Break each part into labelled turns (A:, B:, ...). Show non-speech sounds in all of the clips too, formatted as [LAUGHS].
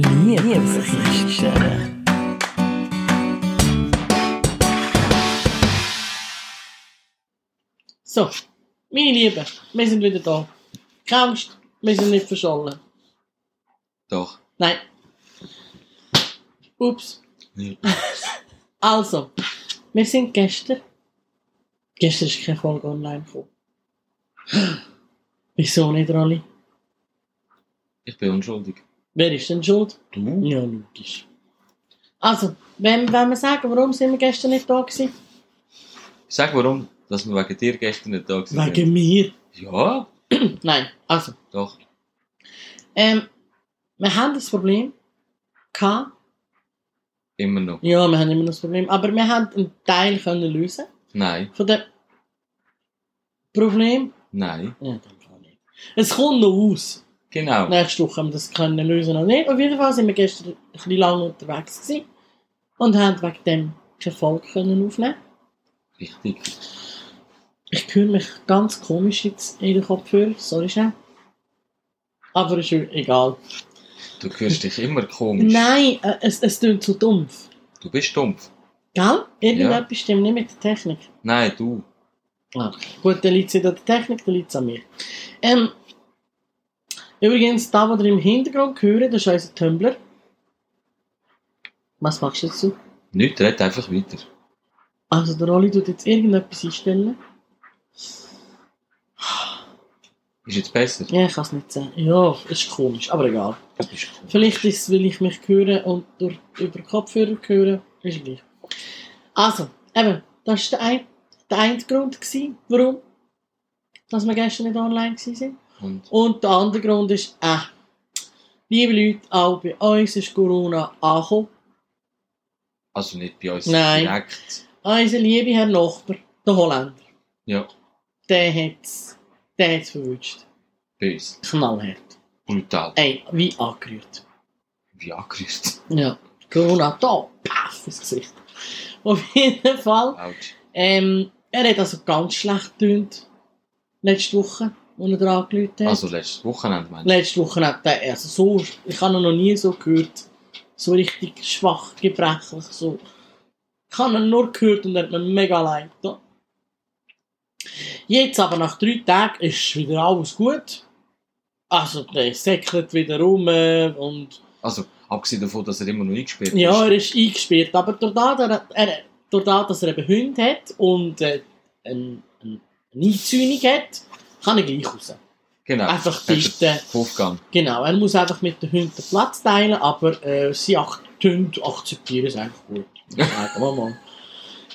A: jetzt ist nicht schade.
B: So, meine Lieben, wir sind wieder da. Keine Angst, wir sind nicht verschollen.
C: Doch.
B: Nein. Ups.
C: Nicht.
B: [LAUGHS] Also, wir sind gestern. Gestern ist keine Folge online [GASPS] gekommen. Wieso nicht, Rolli?
C: Ich bin unschuldig.
B: Wer ist denn schuld?
C: Du?
B: Ja, logisch. Also, wenn, wenn wir sagen, warum sind wir gestern nicht da gewesen?
C: Sag warum, dass wir wegen dir gestern nicht da gewesen
B: Wegen mir.
C: sind. Ja,
B: Nein, also.
C: doch.
B: Ähm, wir haben das Problem gehabt.
C: Immer noch.
B: Ja, wir haben immer noch das Problem. Aber wir haben einen Teil können lösen
C: Nein,
B: von dem Problem.
C: nein.
B: Ja, in dem Fall nicht. Es kommt noch aus.
C: Genau.
B: Nächste Woche haben wir das können lösen oder nicht. Auf jeden Fall sind wir gestern ein bisschen lange unterwegs gewesen und haben wegen dem keine Folge können aufnehmen.
C: Richtig.
B: Ich fühle mich ganz komisch jetzt in den Kopfhörer. Sorry schnell. Aber ist ja egal.
C: Du hörst dich immer komisch.
B: Nein, äh, es, es klingt zu dumpf.
C: Du bist stumpf.
B: Gell? Irgendetwas stimmt nicht mit der Technik. Ah,
C: Nein, du.
B: Gut, dann liegt es nicht an der Technik, dann liegt es an mir. Ähm, übrigens, da, was ihr im Hintergrund hören, das ist unser Tumblr. Was machst du dazu?
C: Nicht, red einfach weiter.
B: Also, der Rolli tut jetzt irgendetwas einstellen.
C: Ist jetzt besser?
B: Ja, ich kann es nicht sagen. Ja, ist komisch, aber egal.
C: Du bist komisch.
B: Vielleicht ist es, weil ich mich höre und durch, über Kopfhörer höre. Ist gleich. Also, eben, das war der, ein, der eine Grund, gewesen, warum dass wir gestern nicht online waren.
C: Und
B: Und der andere Grund ist, äh, liebe Leute, auch bei uns ist Corona angekommen.
C: also nicht bei uns
B: Nein.
C: direkt.
B: Unser lieber Herr Nachbar, der Holländer,
C: Ja,
B: der hat's, der hat's verwünscht.
C: bei uns.
B: Knallhart.
C: Brutal.
B: Ey, wie angerührt.
C: Wie angerüstet.
B: Ja. Corona da, paff, ins Gesicht. Auf jeden Fall,
C: Autsch.
B: ähm, er hat also ganz schlecht getönt. Letzte Woche, als er dran gelüht hat.
C: Also letztes Wochenende, meinst
B: Letzte Woche hat der, also so, ich habe ihn noch nie so gehört, so richtig schwach, gebrechlich, so. Ich habe ihn nur gehört und er hat mir mega leid getan. Jetzt aber nach drei Tagen ist wieder alles gut. Also der säckelt wieder rum äh, und
C: du? Also, abgesehen davon, dass er immer noch eingesperrt
B: ja, er
C: ist.
B: ist eingesperrt, aber durch das, er, er, durch das, dass er eben Hunde hat und äh, ein, ein, eine Einzäunung hat, kann er gleich raus.
C: Genau.
B: Einfach
C: Hat er
B: dichten.
C: Hofgang.
B: Genau, er muss einfach mit den Hunden den Platz teilen, aber äh, sie ak tun akzeptieren es einfach gut. Sagen wir mal.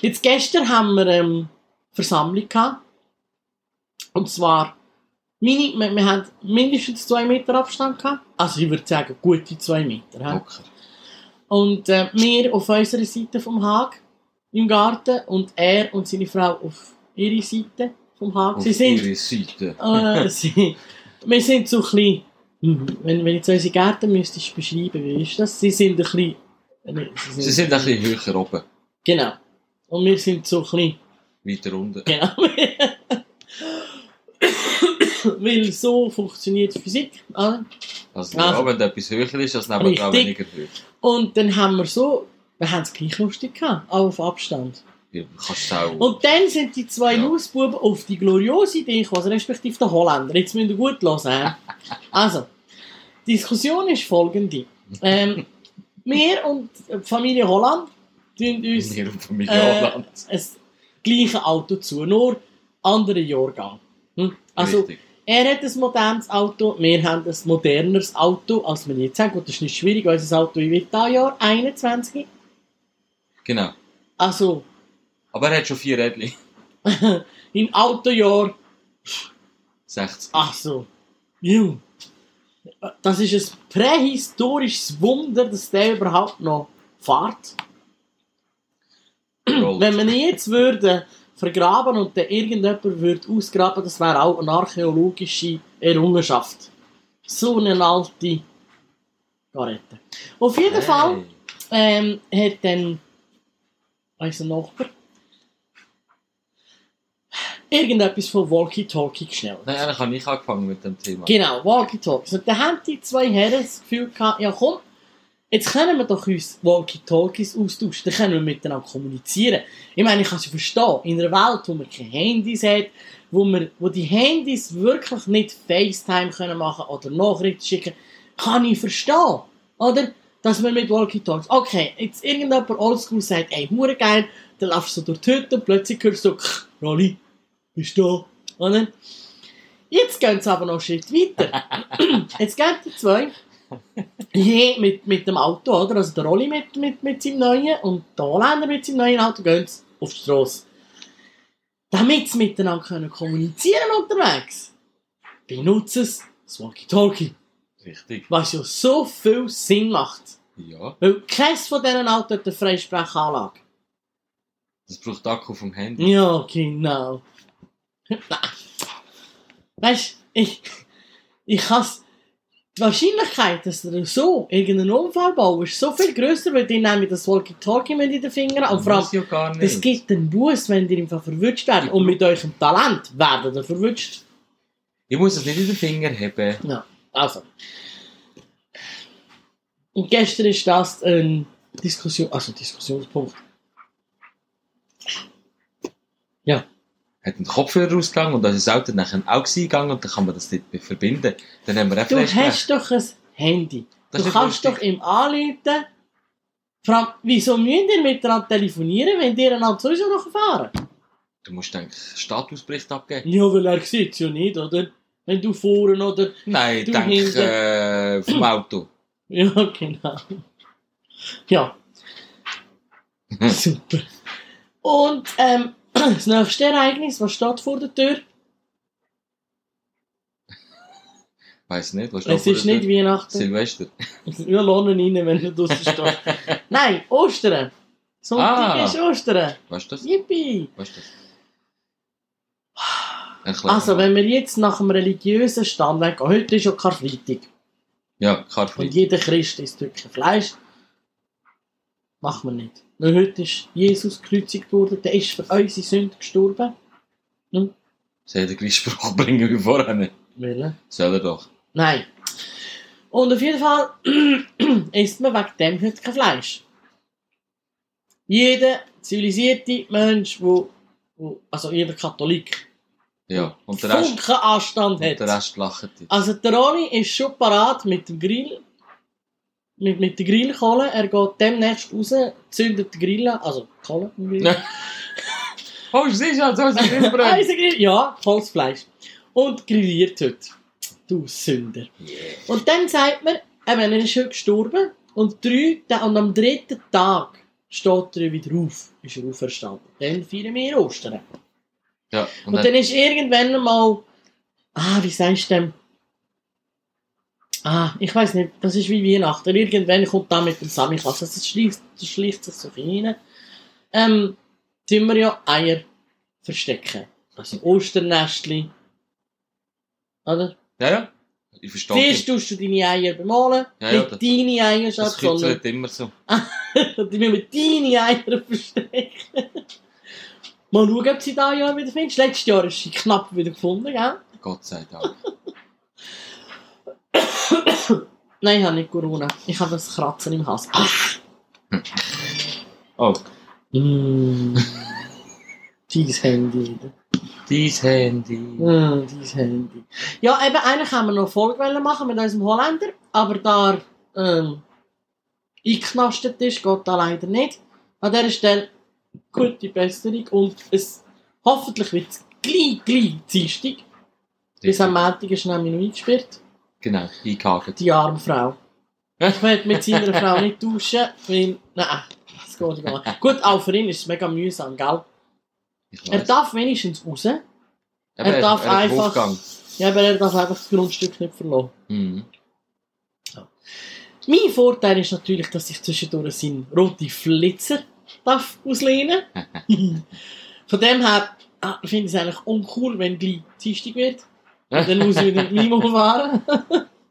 B: Jetzt gestern haben wir ähm, Versammlung gehabt. Und zwar, mini, wir, wir haben mindestens zwei Meter Abstand gehabt. Also ich würde sagen, gute zwei Meter. hä?
C: Locker.
B: Und äh, wir auf unserer Seite vom Haag im Garten und er und seine Frau auf ihrer Seite vom Haag.
C: Auf
B: Sie sind
C: ihrer Seite.
B: [LAUGHS] äh, sie, wir sind so ein bisschen, Mhm. wenn, wenn ich jetzt unsere Gärten müsste ich beschreiben, wie ist das? Sie sind ein bisschen... äh, nein,
C: Sie sind ein bisschen höher oben.
B: Genau. Und wir sind so ein bisschen...
C: Weiter unten.
B: Genau. [LAUGHS] Weil so funktioniert die Physik. oder? Also-
C: Also, ja, wenn da etwas höher ist, als nebendran
B: Richtig.
C: weniger höher.
B: Und dann haben wir so... Wir haben es gleich lustig gehabt, auch auf Abstand.
C: Ja, kannst du auch.
B: Und dann sind die zwei
C: Ja.
B: Lausbuben auf die gloriose Idee gekommen, also respektive der Holländer. Jetzt müsst ihr gut hören. hä? Also, die Diskussion ist folgende. Ähm, wir und die Familie Holland tun uns
C: Wir und Familie
B: äh,
C: Holland.
B: das gleiche Auto zu, nur andere Jahrgang. Hm? Also,
C: Richtig.
B: er hat ein modernes Auto, wir haben ein moderneres Auto, als wir jetzt haben. Gut, das ist nicht schwierig, unser Auto ist ein Jahr 21.
C: Genau.
B: Also,
C: Aber er hat schon vier [LAUGHS] Rädchen.
B: im Autojahr
C: 60.
B: Ach so. Juh. Das ist ein prähistorisches Wunder, dass der überhaupt noch fährt.
C: Rollt.
B: Wenn man ihn jetzt würde vergraben und dann irgendjemand würde ausgraben, das wäre auch eine archäologische Errungenschaft. So eine alte Garette. Auf jeden Fall
C: Hey.
B: ähm, hat dann unser Nachbar irgendetwas von Walkie-Talkie geschnallt.
C: Nein, eigentlich habe ich angefangen mit dem Thema.
B: Genau, Walkie-Talkies. Und da haben die zwei Herren das Gefühl gehabt, ja komm, Jetzt können wir doch uns Walkie-Talkies austauschen, dann können wir miteinander kommunizieren. Ich meine, ich kann es ja verstehen, in einer Welt, wo man keine Handys hat, wo, man, wo die Handys wirklich nicht FaceTime können machen oder Nachrichten schicken, kann ich verstehen, oder? Dass man mit Walkie-Talks, okay, jetzt irgendjemand oldschool sagt, ey, hure geil, dann laufst du so durch die Hütte und plötzlich hörst du so, «Kch, Rolli, bist du da, oder? Jetzt gehen sie aber noch einen Schritt weiter. jetzt gehen die zwei, je mit, mit dem Auto, oder? Also der Rolli mit, mit, mit seinem neuen und der Holländer mit seinem neuen Auto gehen sie auf die Straße. Damit sie miteinander können kommunizieren unterwegs, benutzen sie das Walkie-Talkie,
C: Richtig.
B: was ja so viel Sinn macht.
C: Ja.
B: Weil keines von diesen Autos hat eine Freisprechanlage.
C: Das braucht Akku vom Handy.
B: Ja, genau. weißt du, ich, ich has Die Wahrscheinlichkeit, dass du so irgendeinen Unfall baust, ist so viel grösser, weil die nämlich das Walkie-Talkie mit in den Fingern haben. Und vor allem,
C: ja gar nicht.
B: das gibt einen Bus, wenn ihr im Fall verwünscht werdet. Und mit eurem Talent werdet ihr verwünscht.
C: Ich muss es nicht in den Finger haben.
B: Ja, also. Und gestern ist das ein Diskussion, also Diskussionspunkt.
C: Hat einen Kopfhörer rausgegangen und das ist das Auto nachher auch gegangen und dann kann man das nicht be- verbinden. Dann haben wir auch
B: Du
C: Flashback.
B: hast doch ein Handy.
C: Das ist
B: du
C: nicht
B: kannst
C: lustig.
B: doch ihm anrufen. Vor allem, wieso müsst ihr miteinander telefonieren, wenn ihr einander sowieso noch fahren?
C: Du musst dann Statusbericht abgeben.
B: Ja, weil er sieht ja nicht, oder? Wenn du fahren oder...
C: Nein,
B: Du
C: denk
B: hinten.
C: äh, vom Auto.
B: Ja, genau. Ja. Super. Und [CLEARS THROAT] ähm, das nächste Ereignis, was steht vor der Tür?
C: Weiß nicht, was
B: es ist nicht Weihnachten.
C: Silvester.
B: Wir lernen rein, wenn er draussen steht. Nein, Ostern. Sonntag
C: Ah.
B: ist Ostern.
C: Weißt du das?
B: Yippie.
C: Weißt du das? Erklär
B: Also,
C: mal.
B: wenn wir jetzt nach dem religiösen Stand gehen, heute ist ja Karfreitag
C: Ja,
B: und
C: Karfreitag.
B: jeder Christ isst Stückchen Fleisch. Machen wir nicht. Weil heute ist Jesus gekreuzigt worden, der ist für unsere Sünde gestorben.
C: Sie hat den gleichen Spruch bringen wie vorher.
B: Wille?
C: Soll er doch.
B: Nein. Und auf jeden Fall [CLEARS THROAT] isst man wegen dem heute kein Fleisch. Jeder zivilisierte Mensch, wo, wo, also jeder Katholik,
C: Ja, und der Rest,
B: Funken Anstand
C: und
B: hat.
C: der Rest lacht dich.
B: Also der Ronny ist schon parat mit dem Grill. Mit, mit der Grillkohle. Er geht demnächst raus, zündet die Grill an. Also die Kohle im Grill. [LAUGHS]
C: Ja. Oh, siehst du, so ist [LAUGHS] es nicht brennt.
B: Eisen Grill, ja, volles Fleisch. Und grilliert heute. Du Sünder.
C: Yeah.
B: Und dann sagt man, eben, er ist heute gestorben. Und, drei, Ta- und am dritten Tag steht er wieder auf. Ist er auferstanden. Dann feiern wir Ostern.
C: Ja, und
B: Und
C: dann,
B: dann ist irgendwann mal, ah, wie sagst du denn? Ah, ich weiß nicht, das ist wie Weihnachten. Irgendwann kommt da mit dem Samichlaus, also das schließt, das schließt sich so rein. Ähm, tun wir ja Eier verstecken. Also Osternestli. Oder?
C: ja, ja. Ich verstehe
B: Zuerst
C: dich.
B: tust du deine Eier bemalen,
C: Ja, ja,
B: nicht deine Eier,
C: Das
B: Schatz, sondern
C: kitzelt immer so. eh.
B: [LAUGHS] die müssen deine Eier [LAUGHS] verstecken. Mal schauen, ob sie da ja wieder findest. Letztes Jahr ist sie knapp wieder gefunden, gell?
C: Gott sei Dank.
B: Nein, ich habe nicht Corona. Ich habe das Kratzen im Hals. Ah.
C: Oh,
B: Mm. [LAUGHS] Dein Handy.
C: dein Handy.
B: Mm, dein Handy. Ja, eben, eigentlich haben wir noch eine Folge wollen machen mit unserem Holländer, aber da er ähm, eingeknastet ist, geht da leider nicht. An dieser Stelle gute Besserung und es, hoffentlich wird es gleich, gleich Dienstag. Bis am Montag ist nämlich noch eingesperrt.
C: Genau, eingehakt.
B: Die arme Frau. Ich möchte mit seiner Frau nicht tauschen, weil... Nein, das geht gar nicht. Gut, auch für ihn ist es mega mühsam, gell?
C: Ich
B: Er
C: weiß.
B: darf wenigstens raus. Ja,
C: Aber
B: er darf
C: hat
B: einfach-
C: Wolfgang.
B: aber er darf einfach das Grundstück nicht verlassen.
C: Mhm.
B: Mein Vorteil ist natürlich, dass ich zwischendurch seinen roten Flitzer darf auslehnen Von dem her ah, finde ich es eigentlich uncool, wenn gleich Dienstag wird. Und dann muss ich wieder mit Mimo fahren.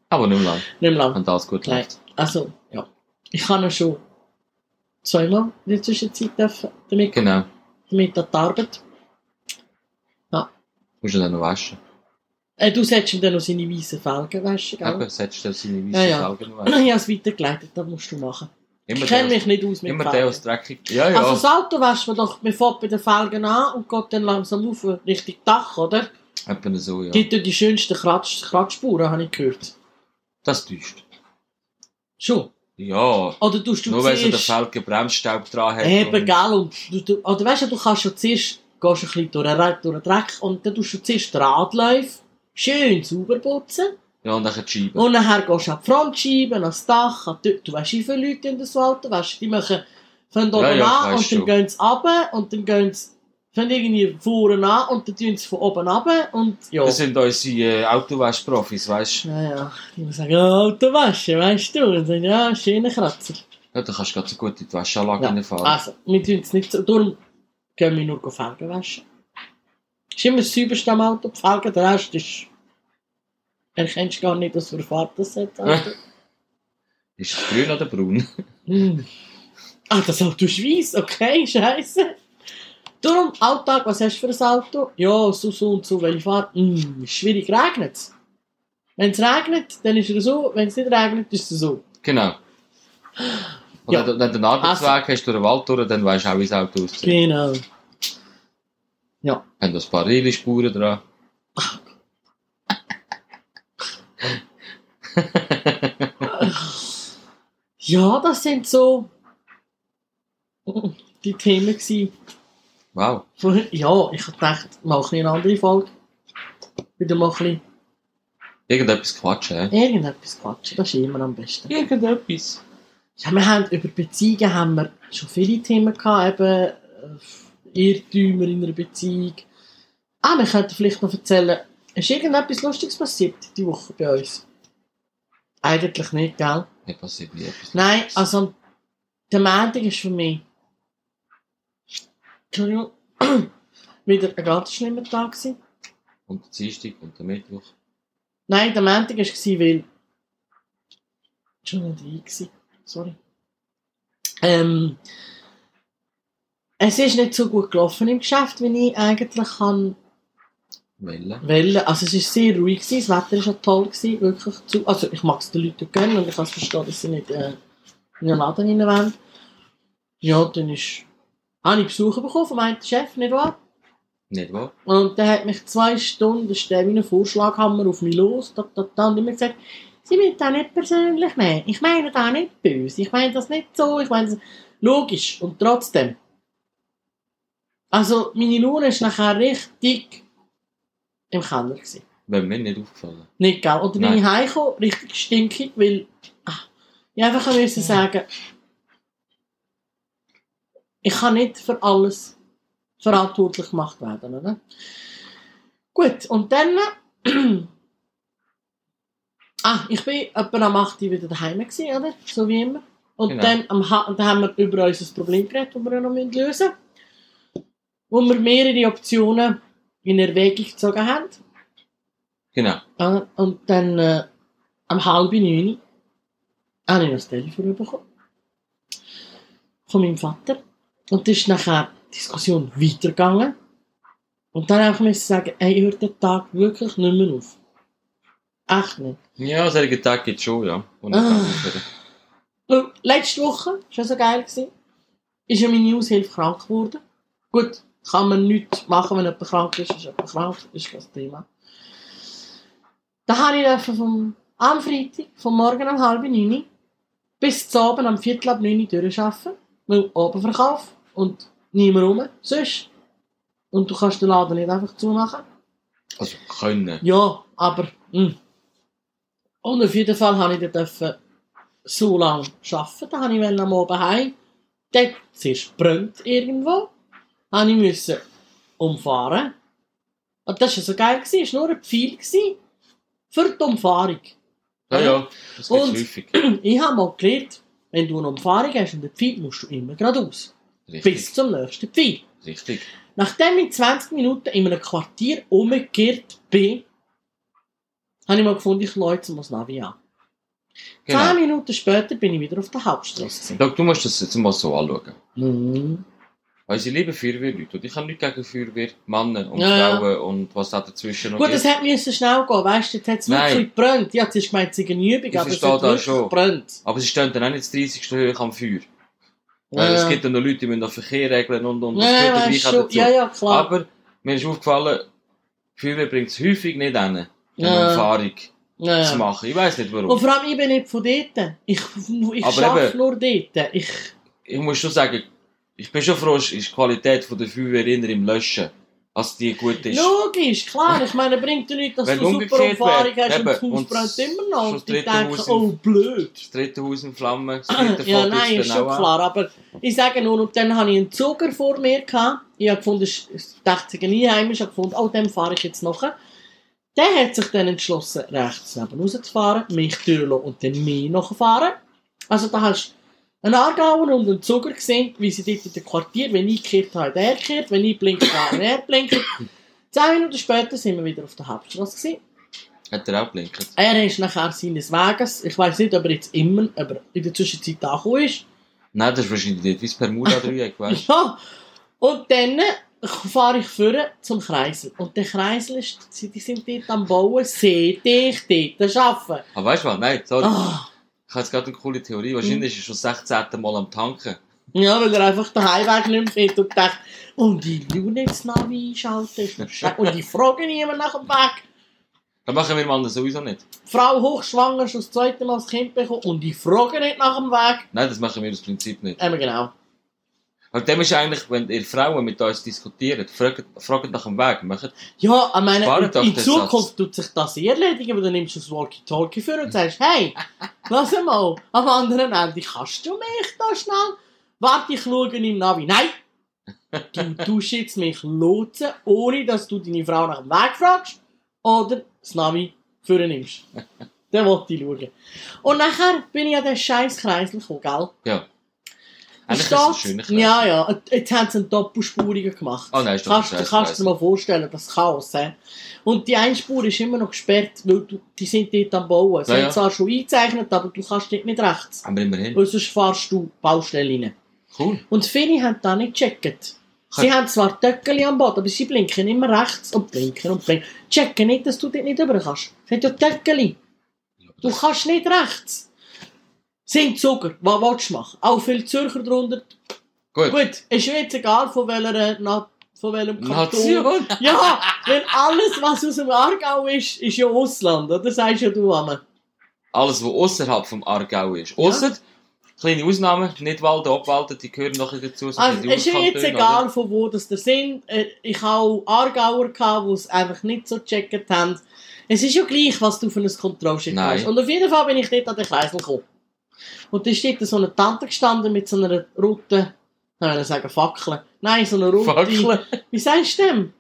C: Aber nicht mehr lang.
B: Nicht mehr lang.
C: Wenn alles gut
B: Nein.
C: läuft.
B: Also, ja. Ich habe ihn schon zweimal in der Zwischenzeit dürfen, damit,
C: Genau.
B: damit an die Arbeit.
C: Musst du dann noch waschen.
B: Äh, du solltest ihm dann noch seine weißen Felgen waschen, gell?
C: Eben, setzt du seine weißen
B: Ja, ja.
C: Felgen
B: [CLEARS THROAT] Ich
C: weg.
B: habe es weitergeleitet, das musst du machen.
C: Immer
B: Ich kenne
C: der,
B: mich nicht aus
C: aus-
B: mit
C: immer
B: Felgen.
C: der aus dreckig. Ja, ja.
B: Also das Auto wäscht man doch, man fährt bei den Felgen an und geht dann langsam auf Richtung Dach, oder?
C: Eben so, ja.
B: Gibt ja die schönsten Kratz Kratzspuren, habe ich gehört.
C: Das täuscht.
B: Schon.
C: Ja.
B: Oder tust du
C: Nur weil so der
B: zuerst...
C: Felgen Bremsstaub dran hat.
B: Eben,
C: und-
B: gell, und du, du, oder weißt du, du kannst schon zuerst, gehst du ein bisschen durch den, Re- durch den Dreck und dann tust du zuerst die Radläufe schön sauber putzen
C: Ja, und dann die Scheibe.
B: und nachher gehst du an die Frontscheibe, ans Dach, an die, du weißt, wie viele Leute in das Auto waschen, die machen, fangen
C: Ja,
B: oben
C: ja,
B: an und
C: weiss
B: dann
C: schon.
B: gehen sie runter und dann gehen sie, fangen irgendwie vorne an und dann tun sie von oben runter und ja.
C: Das sind unsere äh, Autowaschprofis, weißt du?
B: Naja, die muss sagen, ja, Auto waschen, weißt du? Und dann sagen, ja, schöner Kratzer.
C: Ja, da kannst du ganz so gut in die Waschanlage
B: Ja.
C: reinfahren.
B: Also, wir tun es nicht so. Darum gehen wir nur Felgen waschen. Ist immer das sauberste am Auto, die Felgen, der Rest ist... Erkennst gar nicht, dass wir Fahrt das hat, Auto.
C: [LAUGHS] Ist es grün oder braun?
B: Hm. Ah, das Auto ist weiss, okay, scheiße. Darum, Alltag, was hast du für ein Auto? Ja, so, so und so, welche Fahrt? Hm, ist schwierig, regnet es? Wenn es regnet, dann ist er so, wenn es nicht regnet, ist er so.
C: genau. Und
B: Ja.
C: wenn du- wenn du einen Arbeitsweg hast durch den Wald durch, dann weißt du auch, wie das Auto aussieht.
B: Genau.
C: Haben da ein paar Rillispuren dran.
B: Ja, das sind so Hmm, die Themen gsi.
C: Wow.
B: Von- Ja, ich hab gedacht, mach ich eine andere Folge. Wieder mal ein bisschen
C: Irgendetwas quatschen, hä?
B: irgendetwas quatschen, das ist immer am besten.
C: Irgendetwas.
B: Ja, wir haben über Beziehungen haben wir schon viele Themen gehabt, eben äh, Irrtümer in einer Beziehung. Ah, wir könnten vielleicht noch erzählen, ist irgendetwas Lustiges passiert die Woche bei uns? Eigentlich nicht, gell?
C: Mir passiert nie etwas.
B: Nein, also am- der Montag ist für mich. Entschuldigung. [CLEARS THROAT] Wieder ein ganz schlimmer Tag. Gewesen.
C: Und der Dienstag und der Mittwoch.
B: Nein, der Montag war, es, weil. Schon nicht rein. gewesen. Sorry. Ähm, es ist nicht so gut gelaufen im Geschäft, wie ich eigentlich kann
C: Welle.
B: wollte. Also es war sehr ruhig, gewesen, das Wetter war auch toll. Gewesen, wirklich zu, also ich mag es den Leuten gönnen und ich kann es verstehen, dass sie nicht äh, in den Laden rein wollen. Ja, dann ist, habe ich Besuch bekommen von meinem Chef, nicht wahr?
C: Nicht wahr?
B: Und dann hat mich zwei Stunden stehen wie ein Vorschlaghammer auf mich los. Da, da, da, und immer gesagt, Sie müssen das nicht persönlich nehmen. Ich meine das nicht böse. Ich meine das nicht so. Ich meine das logisch. Und trotzdem. Also, meine Laune war nachher richtig im Keller. Gewesen.
C: Wäre mir nicht aufgefallen.
B: Nicht, gell? Und dann bin
C: Nein.
B: ich heimgekommen, richtig stinkig, weil ah, ich einfach müssen sagen, ich kann nicht für alles verantwortlich gemacht werden, oder? Gut, und dann [CLEARS THROAT] ah, ich bin etwa am 8 Uhr wieder daheim gewesen, oder? So wie immer. Und
C: Genau.
B: dann, am, Ha- und dann haben wir über unser Problem geredet, das wir noch lösen müssen. Wo wir mehrere Optionen in Erwägung gezogen haben.
C: Genau.
B: Ah, Und dann äh, am halb neun habe ich noch das Telefon bekommen. Von meinem Vater. Und dann ist nachher die Diskussion weitergegangen. Und dann habe ich müssen sagen, hey, hört den Tag wirklich nicht mehr auf. Echt nicht.
C: Ja, solche Tag gibt es schon, ja. Und
B: Ah. Schau, Letzte Woche, schon so geil gewesen, ist ja meine Aushilfe krank geworden. Gut, kann man nichts machen, wenn jemand krank ist, ist jemand krank, ist kein Thema. Da habe ich dürfen vom, am Freitag, vom Morgen um halb neun bis zum Abend am Viertel ab neun durcharbeiten, weil Abendverkauf und niemand rum, sonst. Und du kannst den Laden nicht einfach zumachen. Ah.
C: Also können.
B: Ja, aber. Mh. Und auf jeden Fall habe ich dann dürfen so lange arbeiten. Dann habe ich wollte am Abend heim. Dort zuerst brennt irgendwo. Habe ich müssen umfahren. Und das war so geil, gewesen, es war nur ein Pfeil gewesen für die Umfahrung.
C: Ja, ja. Das gibt
B: Und-
C: es häufig.
B: Ich habe mal gelernt, wenn du eine Umfahrung hast und einen Pfeil, musst du immer geradeaus. Bis
C: Richtig.
B: zum nächsten Pfeil.
C: Richtig.
B: Nachdem ich 20 Minuten in einem Quartier umgekehrt bin, habe ich mal gefunden, ich läute mal das Navi an.
C: Genau.
B: 10 Minuten später bin ich wieder auf der Hauptstraße.
C: Schau, du musst das jetzt mal so anschauen.
B: Mhm.
C: Unsere lieben Feuerwehrleute. Und ich habe nichts gegen Feuerwehrmänner und
B: Ja, ja.
C: Frauen und was da dazwischen noch
B: Gut,
C: gibt.
B: es hätte müssen schnell gehen, weißt du, jetzt hat es
C: Nein.
B: wirklich gebrannt. Ja, jetzt ist gemeint, es sei eine Übung,
C: Ich
B: aber es
C: verstehe
B: hat
C: das
B: wirklich
C: schon.
B: gebrannt.
C: Aber sie stehen dann auch nicht 30. hoch am Feuer.
B: Ja,
C: Weil es
B: ja.
C: gibt dann noch Leute, die müssen noch Verkehr regeln und, und.
B: Ja, ja,
C: das
B: weisst
C: gehört
B: schon.
C: ja gleich auch dazu.
B: ja, ja, klar.
C: Aber mir ist aufgefallen, Feuerwehr bringt es häufig nicht hin, eine
B: Ja.
C: Umfahrung
B: ja, ja.
C: zu machen. Ich weiss nicht warum.
B: Und vor allem, ich bin nicht von dort. Ich, ich
C: Aber
B: arbeite
C: eben-
B: nur dort. Ich,
C: ich muss schon sagen, ich bin schon froh, ist die Qualität von der Feuerwehr immer im Löschen, als die gut ist.
B: logisch, klar. Ich meine, bringt dir nichts, dass
C: Wenn
B: du super
C: umgekehrt
B: Umfahrung
C: wär,
B: hast und
C: eben,
B: das Haus
C: und
B: brennt immer noch.
C: schon
B: Und
C: das
B: die
C: dritte
B: denken,
C: Haus im-
B: oh, blöd.
C: Das dritte Haus in Flammen,
B: [CLEARS THROAT]
C: das dritte genau
B: Ja,
C: fällt
B: nein,
C: jetzt
B: ist
C: dann
B: schon
C: auch an.
B: klar. Aber ich sage nur, und dann hatte ich einen Zucker vor mir. Gehabt. Ich habe gefunden, es ist- dachte ich, ein Einheimischer, habe gefunden, oh, dem fahre ich jetzt nachher. Der hat sich dann entschlossen, rechts neben rauszufahren, mich durchzulassen und dann mich nachfahren. Also da hast du einen Aargauer und einen Zucker gesehen, wie sie dort in dem Quartier, wenn ich gekehrt habe, hat er gekehrt, wenn ich blinkt habe, hat er blinkt. Zehn Minuten später sind wir wieder auf der Hauptstraße gewesen.
C: Hat er auch blinkt.
B: Er ist nachher seines Weges, ich weiß nicht, ob er jetzt immer, aber in der Zwischenzeit angekommen ist,
C: Nein, das ist wahrscheinlich nicht, wie das Bermuda-Dreieck, [LAUGHS]
B: [LAUGHS]
C: weißt
B: Ja, und dann fahre ich vorne zum Kreisel. Und der Kreisel ist, sie- die sind dort am Bauen, sehe ich dort arbeiten.
C: du. Aber weißt du was? Nein, sorry.
B: Ah, Hm.
C: Ich habe jetzt gerade eine coole Theorie. Wahrscheinlich ist er schon das 16. Mal am Tanken.
B: ja, weil er einfach den Heimweg nicht mehr findet und denkt, und die Lunex-Navi einschalten ist noch schä- Und ich frage niemand nach dem Weg.
C: Das machen wir Männer sowieso nicht.
B: Frau hochschwanger, schon das zweite Mal das Kind bekommen und ich frage nicht nach dem Weg.
C: Nein, das machen wir aus Prinzip nicht.
B: Eben genau.
C: Und dem ist eigentlich, wenn ihr Frauen mit uns diskutiert, fragt, fragt nach dem Weg. Macht,
B: Ja, ich meine,
C: Spart
B: in,
C: doch
B: in
C: den
B: Zukunft tut sich das eh erledigen, weil du nimmst das Walkie-Talkie für und sagst, hey, lass mal, am anderen Ende kannst du mich da schnell? Warte, ich schaue im Navi. Nein! Du tust jetzt mich lotsen, ohne dass du deine Frau nach dem Weg fragst oder das Navi für [LAUGHS] nimmst. Dann wollte ich schauen. Und nachher bin ich an den scheiß Kreisel gekommen, gell?
C: ja.
B: Ist
C: Eigentlich ist es ein
B: das-
C: schöner Kreis.
B: Ja, ja. Jetzt haben sie eine Doppelspurige gemacht.
C: Ah, nein, ist doch
B: kannst,
C: ein scheiß
B: kannst du dir mal vorstellen, das Chaos. He? Und die eine Spur ist immer noch gesperrt, weil du, die sind dort am Bauen. Sie
C: Ja,
B: haben
C: ja.
B: zwar schon eingezeichnet, aber du kannst dort nicht rechts.
C: Aber immerhin.
B: Weil sonst fahrst du Baustelle rein.
C: Cool.
B: Und viele haben das nicht gecheckt. Sie
C: Ja.
B: haben zwar Töckchen am Boden, aber sie blinken immer rechts und blinken und blinken. Checken nicht, dass du dort nicht rüber kannst. Sie haben ja Töckchen. Du kannst nicht rechts. Sind Zucker, was willst du machen? Auch viele Zürcher drunter,
C: Gut.
B: Gut, ist mir jetzt egal, von, welcher, Na von welchem Kanton.
C: Nation.
B: Ja, weil alles, was aus dem Aargau ist, ist ja Ausland, oder? Sagst ja du einmal.
C: Alles, was außerhalb vom Aargau ist. Ausser, kleine Ausnahmen, Nidwalden, Obwalden, die gehören noch dazu. so
B: Also,
C: die
B: ist mir jetzt
C: Urkantone,
B: egal,
C: oder?
B: von wo das der sind. Äh, Ich habe auch Aargauer, gehabt, die es einfach nicht so gecheckt haben. Es ist ja gleich, was du für ein Kontrollschiff
C: Nein.
B: hast. Und auf jeden Fall bin ich dort an den Kreisel gekommen. Und da steht so eine Tante gestanden mit so einer roten, ich wollte sagen Fackel. Nein, so eine rote...
C: Fackeln.
B: Wie sagst du dem?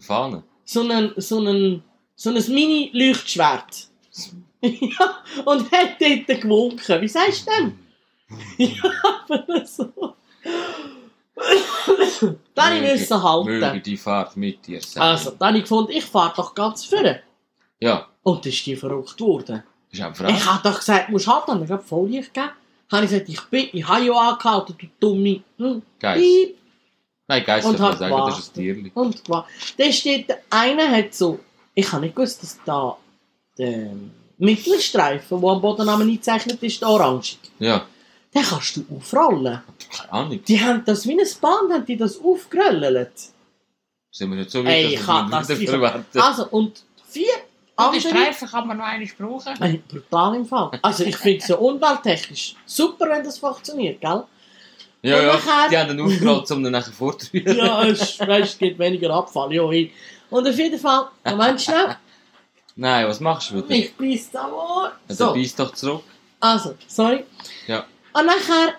C: Fahnen.
B: so einen, so einen, so ein Mini-Leuchtschwert. ja, und hat dort gewunken. Wie sagst du denn? ja, aber so. dann
C: Möge-
B: müssen halten.
C: Möge die Fahrt mit dir sein.
B: Also, dann habe ich gefunden, ich fahre doch ganz vorne.
C: Ja,
B: Und dann ist die verrückt worden.
C: ist eine Frage.
B: Ich habe doch gesagt, musst halten. Dann habe ich gerade Volllicht gegeben. Dann habe ich gesagt, ich bin, ich habe ja angehalten, du dumme. Hm,
C: Geist.
B: piep.
C: Nein, Geist
B: Und hat
C: darf man sagen, das ist ein
B: gewartet.
C: Tierli.
B: Und gewa- Dann steht, der- einer hat so, ich habe nicht gewusst, dass da der Mittelstreifen, der am Boden eingezeichnet ist, der orange.
C: Ja,
B: Den kannst du aufrollen.
C: keine Ahnung.
B: Die haben das wie ein Band, haben die das aufgerollt.
C: Sind wir nicht so
B: Ey,
C: weit,
B: ich hab das-
C: wieder
B: ich-
C: verwerten.
B: Also, und vier
A: Und die
B: andere...
A: Streifen kann man noch einmal brauchen.
B: Ey, brutal im Fall. Also, ich finde es ja umwelttechnisch super, wenn das funktioniert, gell?
C: Ja,
B: Und
C: ja,
B: nachher-
C: die haben dann aufgerollt, um dann nachher [LAUGHS] vorzutreiben.
B: Ja, es, weißt, es gibt weniger Abfall, ja, ey. Und auf jeden Fall, Moment schnell,
C: Nein, was machst du wieder?
B: ich beiß da wohl.
C: Ja, Dann beiß doch zurück.
B: Also, sorry.
C: Ja.
B: Und nachher,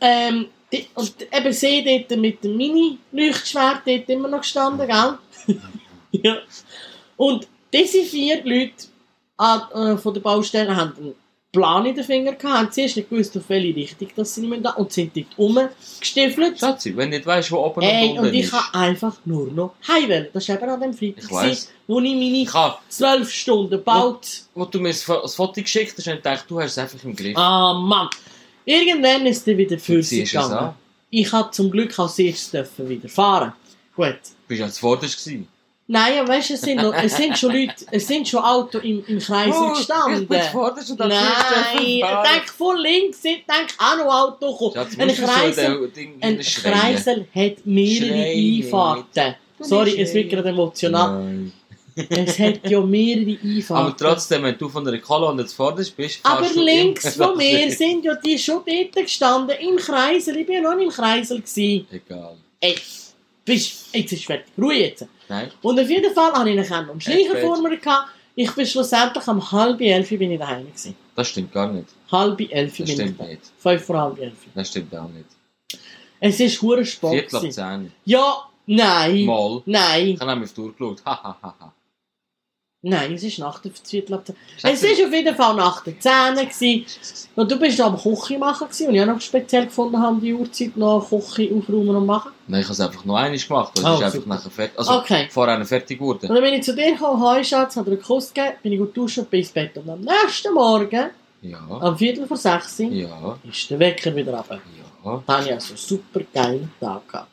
B: ähm, die, und eben sie dort mit dem Mini-Leuchtschwert dort immer noch gestanden, gell?
C: [LAUGHS]
B: ja. Und diese vier Leute an, äh, von der Baustelle haben einen Plan in den Fingern gehabt, haben zuerst nicht gewusst, auf welche Richtung das sie müssen und sind dort rumgestiefelt.
C: Schatzi, wenn du nicht weißt, wo oben
B: Ey,
C: und unten
B: und ich
C: ist.
B: habe einfach nur noch heimwählen. Das war eben an dem Freitag,
C: Ich
B: gewesen,
C: weiss.
B: wo ich meine
C: Ich habe,
B: 12 Stunden baut.
C: wo du mir das Fo- das Foto Oh. geschickt hast, habe ich gedacht, du hast es einfach im Griff.
B: Ah, Mann. Ah, Irgendwann ist er wieder für
C: Du
B: sie
C: ziehst es
B: gegangen.
C: an.
B: Ich habe zum Glück als erstes dürfen wieder fahren. Gut.
C: Bist du als Vorderst gewesen?
B: Nein, aber weißt du, es sind, noch, es sind schon Leute, es sind schon Autos im, im Kreis
C: Oh, ich bin
B: gestanden.
C: Vorderst und als
B: Nein, ich denke, von links sind denk auch noch Auto gekommen. ein Kreisel, ein Kreisel hat mehrere
C: Schreien.
B: Einfahrten.
C: bist
B: Sorry, es
C: schreien.
B: wird gerade emotional.
C: Nein.
B: Es hat ja mehrere Einfahrten.
C: Aber trotzdem, wenn du von einer Kolonne jetzt vorderst bist,
B: Aber
C: fährst du immer [LAUGHS]
B: links von
C: nach
B: mir
C: links.
B: sind ja die schon dort gestanden, im Kreisel. Ich bin ja noch nicht im Kreisel. Gewesen.
C: Egal.
B: Ey, bist, jetzt ist fertig. Ruhe jetzt.
C: Nein.
B: Und auf jeden Fall hatte ich ihn am Schleicher
C: Echt?
B: vor mir. Gehabt. Ich bin schlussendlich um halb elf bin ich daheim. Gewesen.
C: Das stimmt gar nicht.
B: Halb elf bin
C: Das
B: ich
C: stimmt
B: daheim.
C: nicht.
B: Fünf vor halb elf.
C: Das stimmt auch nicht.
B: Es ist hure Sport.
C: Viertel ab
B: gewesen.
C: zehn.
B: Ja, nein.
C: Mal. Ich
B: Nein,
C: habe nämlich auf die Uhr geschaut. Hahaha.
B: nein, es ist nach der Viertel ab zehn. Es war auf jeden Fall nach der Zähne. Gewesen. Und du bist am Küche machen gewesen. und ich auch noch speziell gefunden habe, die Uhrzeit noch Küche aufräumen und machen.
C: Nein, ich habe es einfach noch einmal gemacht. weil Es
B: Oh,
C: ist einfach
B: super.
C: nachher fertig. Also,
B: Okay.
C: vor einer fertig
B: Und
C: geworden.
B: dann bin ich zu dir gekommen, Hoi Schatz, hat dir einen Kuss gegeben, bin ich gut duschen und bin ins Bett. Und am nächsten nou, Morgen,
C: Ja.
B: am Viertel vor sechs,
C: Ja.
B: ist der Wecker wieder runter.
C: Ja.
B: Da hatte ich also einen super geilen Tag. Gehabt.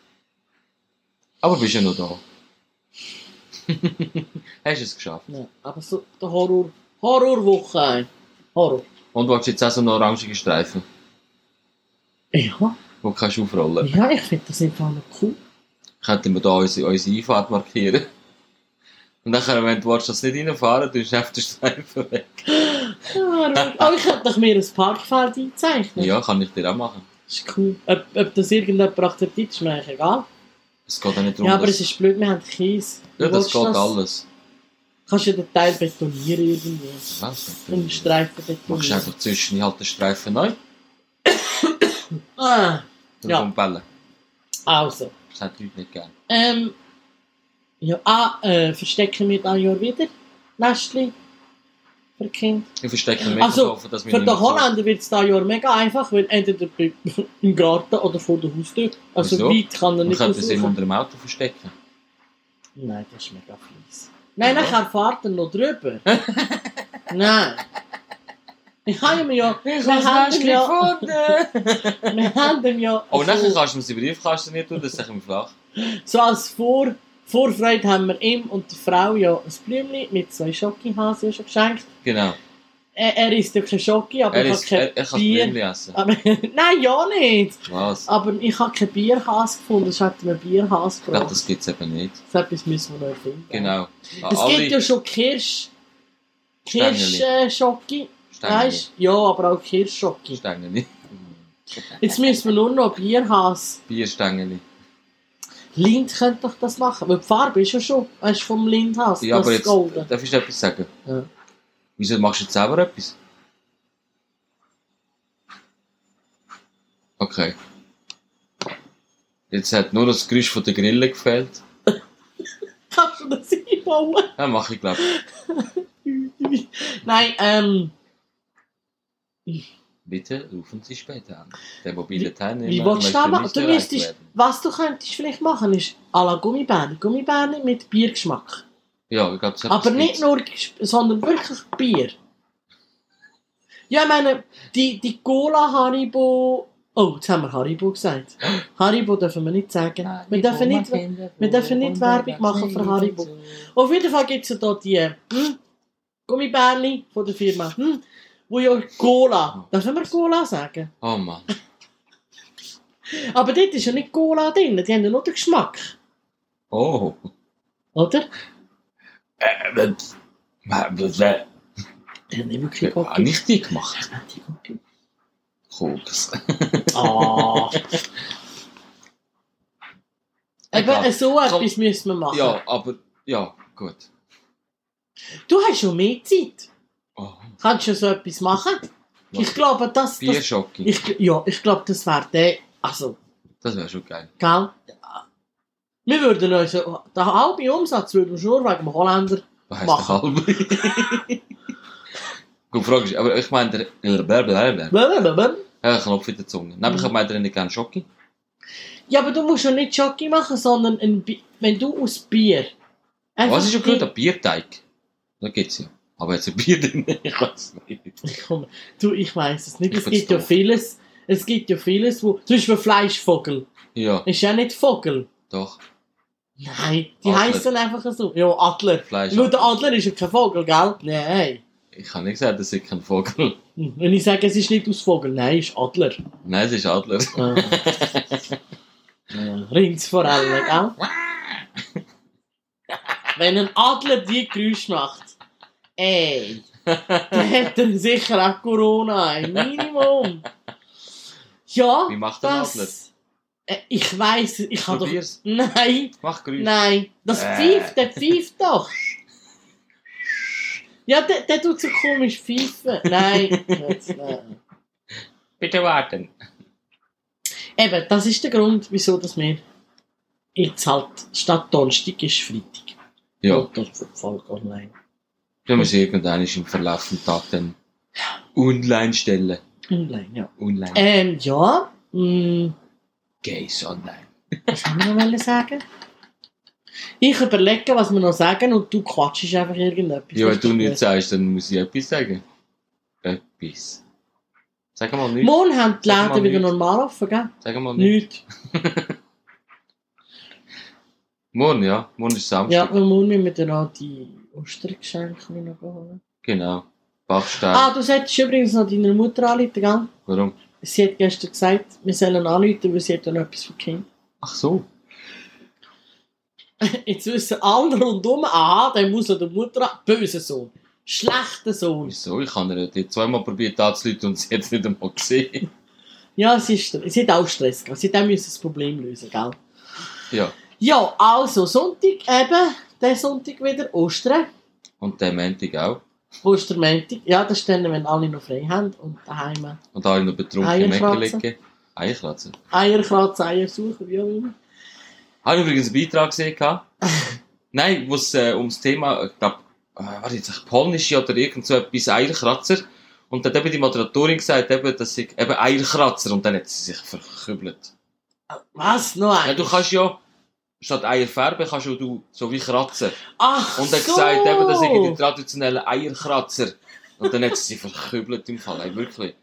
C: Aber bist ja noch da. [LAUGHS] Hast du es geschafft?
B: Ja, aber so der Horror, Horrorwoche. ey. Horror.
C: Und willst du jetzt auch so einen orangigen Streifen,
B: Ja,
C: wo du kannst aufrollen
B: ja ich finde das einfach noch cool.
C: Könnten wir da unsere, unsere Einfahrt markieren. Und dann, äh, wenn du willst, dass du nicht reinfahren tust du einfach den Streifen weg.
B: Ja, oh, ich könnte doch mir ein Parkfeld einzeichnen.
C: Ja, kann ich dir auch machen.
B: Ist cool. Ob, ob das irgendjemand akzeptiert, ist mir eigentlich egal.
C: Es geht auch nicht darum,
B: Ja, aber
C: dass-
B: es ist blöd, wir haben Kies.
C: ja,
B: Wie
C: das
B: willst
C: geht
B: du
C: alles.
B: Kannst du den Teil betonieren irgendwie?
C: Was?
B: Einen Streifen
C: Machst du
B: betonieren.
C: einfach zwischen halt den Streifen neu
B: Ah,
C: und
B: Ja.
C: ja. bellen.
B: also.
C: Das hat die Leute nicht gern.
B: Ähm, ja, ah, äh, verstecken wir das Jahr wieder Nestli für Kind.
C: Ich verstecke mich
B: Also,
C: offen, dass wir
B: Für den
C: niemand sieht.
B: Holländer wird es das Jahr mega einfach, weil entweder bei- im Garten oder vor der Haustür. Also
C: Wieso?
B: weit kann er
C: Man
B: nicht
C: könnte es immer
B: rauskommen.
C: unter dem Auto verstecken.
B: Nein, das ist mega fies. Nein,
C: Ja.
B: nachher fährt er noch
C: [LAUGHS]
B: drüber. Nein. Ich habe mir ja,
C: Ich
B: hab's Nestli
C: gefunden!
B: wir haben ihm ja
C: Aber nachher
B: so,
C: kannst du es in den Briefkasten nicht tun, das ist ein flach.
B: so als Vor Vorfreude haben wir ihm und der Frau ja ein Blümchen mit zwei Schokihasen schon geschenkt.
C: Genau.
B: Er, er isst ja kein Schoki, aber
C: Er,
B: ich
C: ist,
B: habe
C: er,
B: kein
C: er kann
B: Bier.
C: Blümchen
B: [LAUGHS]
C: essen.
B: Aber, nein, ja nicht.
C: Was?
B: Aber ich habe keinen Bierhass gefunden. Es hat mir Bierhass
C: Ich glaube,
B: gebracht.
C: das gibt es eben nicht.
B: So etwas müssen wir noch finden.
C: Genau.
B: Es gibt ja schon Kirsch.
C: Stängeli.
B: Kirschschocki. Weißt du? Ja, aber auch Kirschschocki.
C: Stängeli.
B: Jetzt müssen wir nur noch Bierhass.
C: Bierstängeli.
B: Lind könnte doch das machen. Weil die Farbe ist ja schon. Weißt du, vom Lindhass.
C: Ja,
B: das
C: aber jetzt
B: Golden. [LAUGHS]
C: darf ich dir etwas sagen.
B: Ja.
C: Wieso machst du jetzt selber etwas? Okay. Jetzt hat nur das Geräusch von der Grille gefehlt.
B: Kannst du das einbauen?
C: Ja, mach ich glaube.
B: Nein, ähm.
C: Bitte rufen Sie später an. Der mobile Teilnehmer
B: Wie willst du das
C: möchte
B: machen?
C: nicht
B: Du
C: erreicht
B: müsstest,
C: werden.
B: was du könntest vielleicht machen, ist à la Gummibärli. Gummibärli mit Biergeschmack.
C: Ja, ich glaube, das
B: Aber nicht nur, Gesch- sondern wirklich Bier. Ja, ich meine, die, die Cola Haribo... Oh, jetzt haben wir Haribo gesagt. Haribo dürfen wir nicht sagen. wir, dürfen nicht, wir dürfen nicht Werbung machen für Haribo. Auf jeden Fall gibt es ja da die hm, Gummibärli von der Firma. Hm, wo ja Cola... Dürfen wir Cola Ah, sagen?
C: Oh Mann.
B: Aber dort ist ja nicht Cola drin, die haben ja nur den Geschmack.
C: Oh.
B: Oder?
C: Habe
B: Die haben immer keine Gocki.
C: ich die gemacht?
B: Haben die Gocki?
C: Koks.
B: Ah. Eben
C: Egal.
B: so
C: Komm.
B: etwas müssen wir machen.
C: Ja, aber ja, gut.
B: Du hast schon mehr Zeit.
C: Oh,
B: Kannst du so etwas machen? Ich
C: was?
B: glaube, das... das
C: Bierschocke.
B: ich, ja, ich glaube, das wäre der... Also,
C: Das wäre schon geil.
B: gell? Wir würden uns... Den halben Umsatz würden wir schon wegen dem Holländer...
C: Was heißt der
B: Machen.
C: [LAUGHS] halbe? Gut, Frage ist, aber ich meine, der- der blablabla.
B: Blablabla.
C: Ja, Knopf in der Zunge. Nein, aber ich meine, der nicht gerne Schocke.
B: Ja, aber du musst ja nicht Jockey machen, sondern ein Bi wenn du aus Bier... einfach
C: Was ist schon gut?
B: die-
C: Ein Bierteig. Da geht's ja. [LAUGHS] Aber jetzt ein Bier drin, ich weiß nicht.
B: Ich komme, du, ich weiß es nicht.
C: Ich
B: es
C: find's
B: gibt ja
C: doof.
B: vieles, Es gibt ja vieles, wo... Zum Beispiel Fleischvogel.
C: Ja,
B: Ist ja nicht Vogel.
C: doch.
B: Nein, die
C: Adler.
B: heißen einfach so. Ja, Adler.
C: Fleisch.
B: Nur der Adler ist ja kein Vogel, gell? Nein.
C: Ich habe nicht gesagt, das ist kein Vogel.
B: Hm, Wenn ich sage, es ist nicht aus Vogel, nein, es ist Adler.
C: Nein, es ist Adler.
B: Ah.
C: [LAUGHS]
B: Ja, Rind's vor allem, gell? Wenn ein Adler die Geräusche macht, ey,
C: [LAUGHS]
B: dann hat er sicher auch Corona, ein Minimum. Ja,
C: Wie macht ein Adler?
B: das... Äh, Ich weiß, ich habe doch...
C: Probier's.
B: Nein,
C: Mach Geräusch.
B: nein, das
C: Äh.
B: pfeift, der pfeift doch. Ja, der, der tut so komisch pfeifen. Nein, jetzt, nein.
C: Bitte warten.
B: Eben, das ist der Grund, wieso dass wir jetzt halt statt Donnerstag ist Freitag.
C: Ja,
B: Und dort wird die Folge online.
C: dann müssen wir irgendwann im Verlauf des Tages dann online stellen.
B: Online, ja.
C: Online.
B: Ähm, ja. Mh,
C: Gays online.
B: was haben wir noch wollen sagen? Ich überlege, was wir noch sagen und du quatschst einfach irgendetwas.
C: Ja, wenn du
B: nicht
C: nichts sagst, dann muss ich etwas sagen. Etwas. Sag mal nichts.
B: Morgen haben die
C: Sag mal
B: Läden wieder
C: nichts.
B: normal offen, gell?
C: Sag mal nichts.
B: Nicht.
C: Morgen, ja. Morgen ist
B: Ja,
C: Samstag.
B: weil morgen müssen wir dann auch die Ostergeschenke noch holen.
C: Genau. Bachstein.
B: Ah, du solltest übrigens noch deiner Mutter anrufen, gell?
C: Warum?
B: Sie hat gestern gesagt, wir sollen anrufen, weil sie hat dann etwas für Kind.
C: Ach so.
B: [LAUGHS] Jetzt wissen alle rundum, aha, der muss an der Mutter an. Böser Sohn. Schlechter Sohn.
C: Wieso? Ich habe ihr die zweimal probiert anzuleiten [LAUGHS] und sie hat es nicht einmal gesehen.
B: Ja, sie, ist, sie hat auch Stress gehabt. Sie hat auch müssen das Problem lösen, gell?
C: Ja.
B: Ja, also, Sonntag eben, der Sonntag wieder, Ostern.
C: Und der Montag auch.
B: Ostermäntig. Ja, das ist dann, wenn alle noch frei haben und daheim
C: Und alle noch betrunken im Ecken
B: Eierkratzen.
C: liegen. Eierkratzen.
B: Eierkratzen, Eier suchen, wie auch immer.
C: Habe ich übrigens einen Beitrag gesehen.
B: [LAUGHS]
C: gehabt. Nein, wo es äh, ums Thema, ich glaube, äh, warte jetzt, ach, polnische oder irgend so etwas, Eierkratzer. Und dann hat eben die Moderatorin gesagt, eben, dass ich, eben Eierkratzer, und dann hat sie sich verkübelt.
B: Was? Noch ein?
C: Ja, du kannst ja, statt Eier färben, kannst ja du so wie kratzen.
B: Ach
C: Und er hat
B: so.
C: gesagt, eben, das
B: [LAUGHS]
C: sind die traditionellen Eierkratzer. Und dann hat sie sich verkübelt im Fall, ey, wirklich.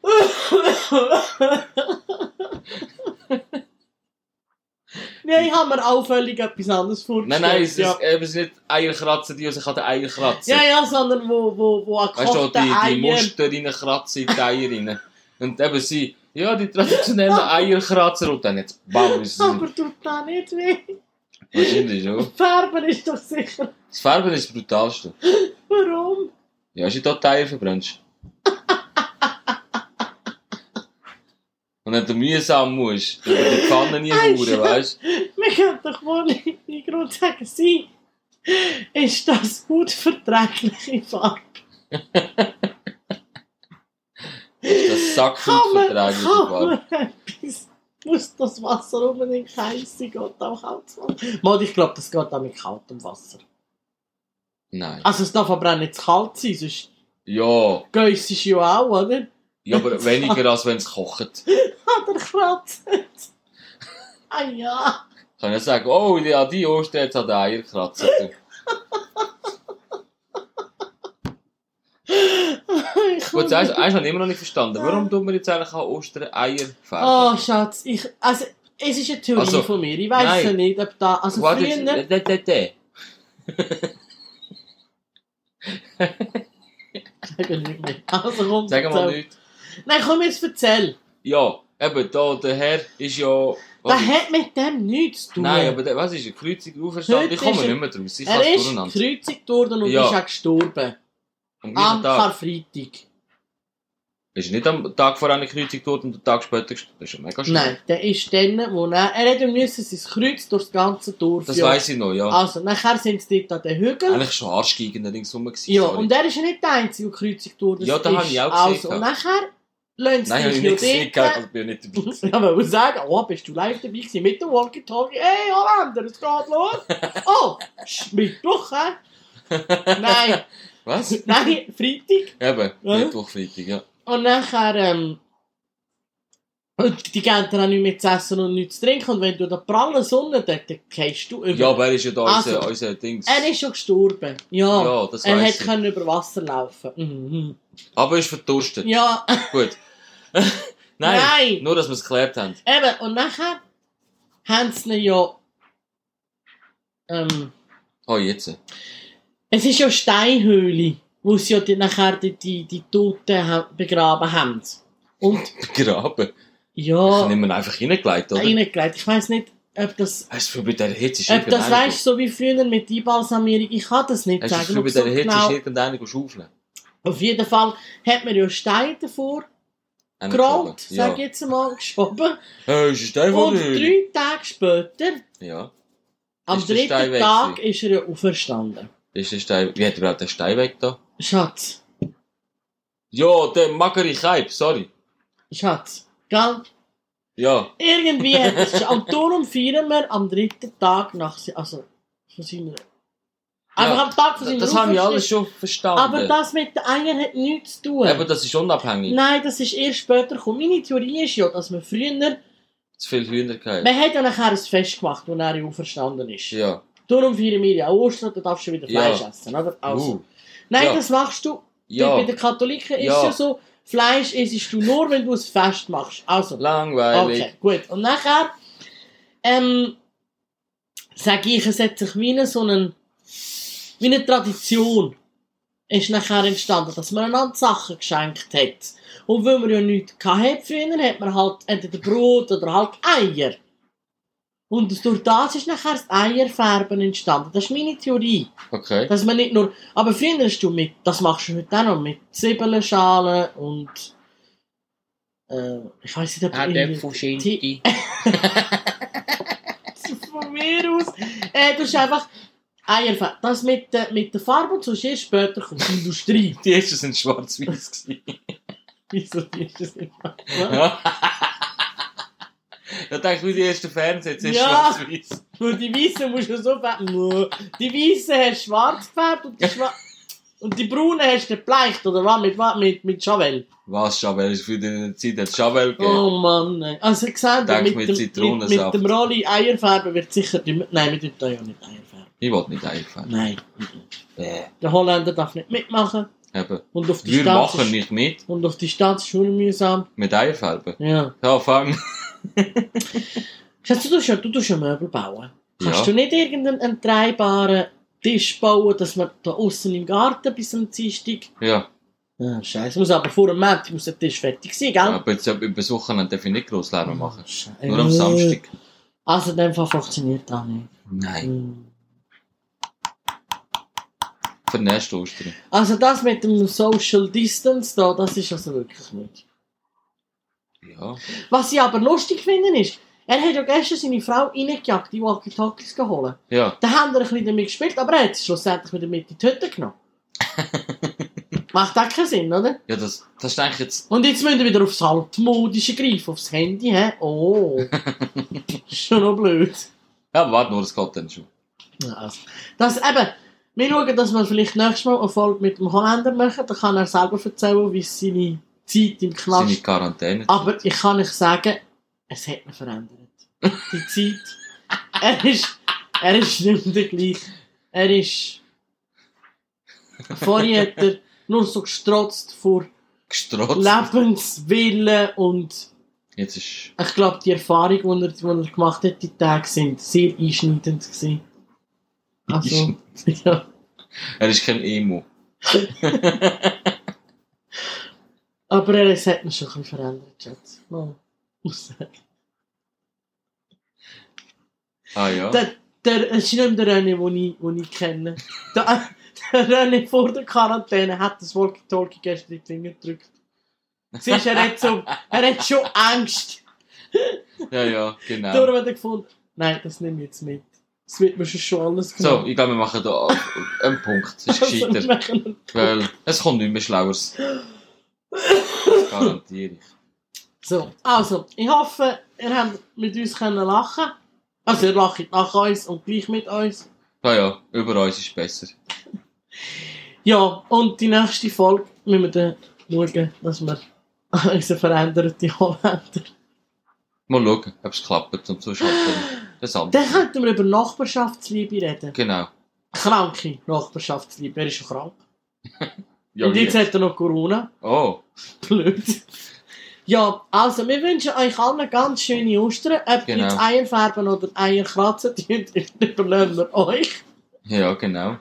B: Nein, ich habe mir auch völlig etwas anderes vorgestellt.
C: Nein, nein, es
B: ja.
C: ist, eben, es ist nicht Eierkratzer, die sich an den Eier kratzen.
B: Ja, ja, sondern wo, wo, wo an
C: Weißt du,
B: gekochten
C: die, die
B: Eiern- [LAUGHS]
C: Muster reinkratzen in die Eier rein. Und eben sie, ja, die
B: [LAUGHS]
C: traditionellen Eierkratzer und dann jetzt bam, ist
B: Aber
C: es
B: tut da nicht weh.
C: wahrscheinlich schon.
B: Färben ist doch sicher.
C: Das Färben ist das brutalste.
B: Warum?
C: Ja, hast du da die
B: [LAUGHS]
C: Eier verbrennst. Und wenn du mühsam musst, über die Pfanne nie
B: Ei,
C: hauen, weißt du?
B: Wir können doch wohl nicht in Grund sagen, sie ist das gut verträgliche Farbe.
C: Das Sackgut
B: Kann man,
C: verträglich
B: kann
C: war.
B: man etwas? Muss das Wasser unbedingt heiß sein? Geht auch kaltes Wasser? Mann, ich glaube, das geht auch mit kaltem Wasser.
C: Nein.
B: Also es darf aber auch nicht zu kalt sein, sonst
C: Ja,
B: geiss ist ja auch, oder?
C: ja aber weniger als wenn es kocht.
B: Oder kratzt. ah ja.
C: Kann ich sagen, oh, ja, die Ostern hat an den Eier kratzt.
B: Ich
C: Gut,
B: komm
C: eins, eins habe ich immer noch nicht verstanden. Warum tun wir jetzt eigentlich an Ostern Eier färben?
B: Oh, Schatz, ich, also, es ist eine Theorie
C: Also,
B: von mir. Ich weiß ja
C: nein.
B: nicht, ob da. Also,
C: Warte,
B: früher.
C: jetzt- der, der, der.
B: Sag nicht mehr. Also, komm,
C: Sag mal
B: erzähl.
C: nichts.
B: Nein, komm, jetzt erzähl.
C: Ja, eh, eben, da, der Herr ist ja...
B: Das hat mit dem nichts zu tun.
C: Nein, aber der, was ist er? Kreuzig auferstanden?
B: Heute
C: Ich komme
B: ist er-
C: nicht mehr draus. Ich kann
B: er
C: es
B: ist
C: durcheinander.
B: gekreuzigt worden und
C: Ja.
B: ist auch gestorben.
C: Am
B: Am
C: gleichen Tag.
B: Karfreitag.
C: Ist er nicht am Tag vor einer Kreuzung tot und einen Tag später gestorben? Das ist ja mega schlimm.
B: Nein, der ist dann, wo er. Er hätte müssen sein Kreuz durchs ganze Dorf.
C: Das
B: ja.
C: weiss ich noch, nou, ja.
B: Also, nachher sind sie dort an den Hügel.
C: Eigentlich schon Arschgegner ringsum gewesen.
B: Ja,
C: sorry.
B: und er ist ja nicht der Einzige, der gekreuzigt worden
C: Ja, das
B: ist.
C: habe ich auch
B: Also,
C: gesehen,
B: und
C: ja.
B: nachher lassen sie
C: Nein, habe ich
B: dich
C: nicht
B: noch
C: gesehen,
B: dort.
C: gell, ich bin nicht dabei. gewesen.
B: [LAUGHS] Ja, man muss sagen, oh, bist du live dabei gewesen mit dem Walkie-Talkie? Hey, Holländer, es geht los!
C: [LAUGHS]
B: Oh, ist Mittwoch, hä? Nein, [LAUGHS]
C: Was?
B: nein, Freitag.
C: Eben,
B: Ja.
C: Mittwoch, Freitag, ja.
B: Und nachher, ähm, und die geben dir auch nichts mehr zu essen und nichts zu trinken. Und wenn du in der prallen Sonne dort, dann gehst du über.
C: Ja, aber er ist ja da
B: Also,
C: unser, unser Dings.
B: er ist schon gestorben. Ja.
C: eh, ja, das
B: er
C: weiss
B: hat
C: ich.
B: können über Wasser laufen. Mhm.
C: Aber er ist verdurstet.
B: Ja,
C: Gut. [LAUGHS] Nein, nur, dass wir es geklärt haben.
B: Eben, und nachher haben sie ihn ja. Ähm,
C: Oh, jetzt. [LAUGHS]
B: es ist ja Steinhöhle, wo sie ja die, nachher die, die, die Toten ha begraben haben. Und
C: Begraben. Das
B: ja,
C: haben wir einfach hineingelegt, oder?
B: reingelegt. Ich weiß nicht, ob das.
C: Hast du das Gefühl, bei dieser Hitze ist
B: Ob das
C: irgendeiner-
B: weißt so wie früher mit Einbalsamierung, ich kann das nicht
C: Hast du
B: sagen.
C: das Gefühl,
B: ob
C: bei
B: so
C: dieser Hitze ist
B: genau.
C: irgendeiner geschaufeln?
B: Auf jeden Fall hat man ja Steine davor
C: Einer
B: gerollt,
C: geschoben? Ja.
B: sag ich jetzt mal, geschoben.
C: Hey, ist der
B: Und
C: von dir?
B: drei Tage später,
C: Ja.
B: am
C: Ist der
B: dritten
C: Stein weg
B: Tag, ist er ja auferstanden.
C: Ist der Stein... Wie hat er überhaupt den Stein weg da?
B: Schatz,
C: Ja, der magere Keib, sorry.
B: Schatz, gell?
C: Ja.
B: Irgendwie hat es Und darum feiern wir am dritten Tag nach se- also von seiner... Einfach am Tag von seiner
C: Das haben wir
B: Auferstehung.
C: alles schon verstanden.
B: Aber das mit den Eiern hat nichts zu tun.
C: Eben, das ist unabhängig.
B: Nein, das ist erst später gekommen. Meine Theorie ist ja, dass man früher...
C: Zu viel Hühner gehabt.
B: Man hat ja nachher ein Fest gemacht, wo er ja auferstanden ist.
C: Ja.
B: Darum feiern wir ja auch Ostern, da darfst du wieder
C: Ja.
B: Fleisch essen, oder? Also.
C: Uh.
B: Nein,
C: Ja.
B: das machst du... Bei- Bei
C: Ja.
B: den Katholiken ist
C: Ja.
B: es ja so, Fleisch isst du nur, wenn du ein Fest machst. dus Also,
C: Langweilig.
B: okay, gut. Und nachher ähm, sage ich, es hat sich wie eine, so einen, wie eine Tradition ist nachher entstanden, dass man einander Sachen geschenkt hat. Und weil man ja nichts hatte früher, hat man halt entweder Brot oder halt Eier. Und durch das ist nachher das Eierfärben entstanden. Das ist meine Theorie.
C: Okay.
B: Dass man nicht nur. Aber früher hast du mit. Das machst du heute auch noch mit Zwiebelschalen und. Äh, ich weiß nicht, ob
A: Ah, der Fuschinti.
B: Von mir aus. Äh, du hast einfach. Eierfett. Das mit, der- mit der Farbe und so ist erst später kommt die Industrie. [LAUGHS]
C: Die ersten sind schwarz-weiß. gewesen.
B: Wieso ist das nicht wahr?
C: [LAUGHS] Ja. Da denke ich, wie die ersten Fernseher, jetzt ist
B: Ja.
C: schwarz-weiß.
B: Weil die Weißen musst du so färben. Nö. Die Weißen hast du schwarz gefärbt und die, Schwa und die Braunen hast du bleicht oder was? Mit, was? mit, mit Javel.
C: Was, Chabel? Ist für die Zeit hat Chabel gegeben.
B: Oh Mann, ey. also gesagt, mit,
C: Denk Genau. mit
B: dem, mit, mit
C: Zitronensaft.
B: dem Rolli Eierfärben wird sicher dümmer. Nein, wir dürfen ja nicht Eierfärben.
C: Ich wollte nicht eingefahren.
B: Nein.
C: Äh,
B: Der Holländer darf nicht mitmachen
C: eben.
B: und auf
C: Wir
B: Distanz
C: machen
B: ist,
C: nicht mit,
B: und auf Distanz ist schon mühsam.
C: mit Eierfarben.
B: Ja.
C: Ja, fang.
B: Schatz, du tust ja, du tust ja Möbel bauen. Kannst
C: Ja.
B: du nicht irgendeinen einen dreibaren Tisch bauen, dass man da außen im Garten bis am Dienstag...
C: Ja.
B: Ja, Scheiße, muss aber vor dem Montag muss der Tisch fertig sein, gell?
C: Aber jetzt äh, über Suchen darf ich nicht groß Lärm machen.
B: Scheiße.
C: Nur am Samstag.
B: Also in dem Fall funktioniert das nicht.
C: Nein.
B: Hm.
C: Für nächste Ostern.
B: Also das mit dem Social Distance da, das ist also wirklich nicht.
C: Ja.
B: Was ich aber lustig finde ist, er hat ja gestern seine Frau reingejagt, die Walkie-Talkies geholt.
C: Ja.
B: Da haben wir ein bisschen damit gespielt, aber er hat es schlussendlich wieder mit in die Hütte genommen. Macht auch keinen Sinn, oder?
C: Ja, das, das ist eigentlich jetzt.
B: Und jetzt müssen wir wieder aufs altmodische greifen, aufs Handy, hä? Oh. Schon noch blöd.
C: Ja, aber warte nur, es geht dann schon.
B: Ja, also. Das eben, wir schauen, dass wir vielleicht nächstes Mal eine Folge mit dem Holländer machen, dann kann er selber erzählen, wie seine Zeit im Knast
C: Seine Quarantäne.
B: Aber ich kann euch sagen, es hat mich verändert. Die Zeit. Er ist, er ist nicht mehr der gleiche. Er ist. Vorher hat er nur so gestrotzt vor
C: Gestrotzt.
B: Lebenswillen und
C: Jetzt ist.
B: ich glaube, die Erfahrung, die er, die er gemacht hat, die Tage sind sehr einschneidend gewesen. Also, ja.
C: Er ist kein Emo.
B: Aber er es hat mich schon ein bisschen verändert, Schatz. Mal muss sagen.
C: Ah ja.
B: Der, der, es ist nicht mehr der René, den ich, den ich kenne. Der, der René vor der Quarantäne hat das Walkie-Talkie gestern in die Finger gedrückt. Siehst du, er hat, so, er hat schon Angst.
C: Ja, ja, genau.
B: Darum hat er gefunden, nein, das nehme ich jetzt mit. Das wird mir schon- schon alles
C: So,
B: genommen.
C: ich glaube, wir machen da einen Punkt.
B: [LAUGHS]
C: Das ist
B: also, wir
C: gescheiter.
B: machen-
C: Weil es kommt nicht mehr Schlaueres. Das Garantiere ich.
B: so, also, ich hoffe, ihr habt mit uns können lachen. Also, ihr lacht nach uns und gleich mit uns.
C: Ja, Nou ja, über uns ist besser.
B: Ja, und die nächste Folge müssen wir dann schauen, dass wir unsere veränderte Holländer
C: Mal schauen, ob es klappt und so schaffen. Das andere.
B: Dann könnten wir über Nachbarschaftsliebe reden.
C: Genau.
B: Kranke Nachbarschaftsliebe. Er ist schon krank.
C: Ja,
B: Und jetzt
C: wie?
B: hat er noch Corona.
C: Oh,
B: Blöd. Ja, also wir wünschen euch allen ganz schöne Ostern. Ob ihr
C: Genau.
B: jetzt Eier färben oder die Eier kratzen, tut, überlassen wir euch.
C: Ja, nou. genau.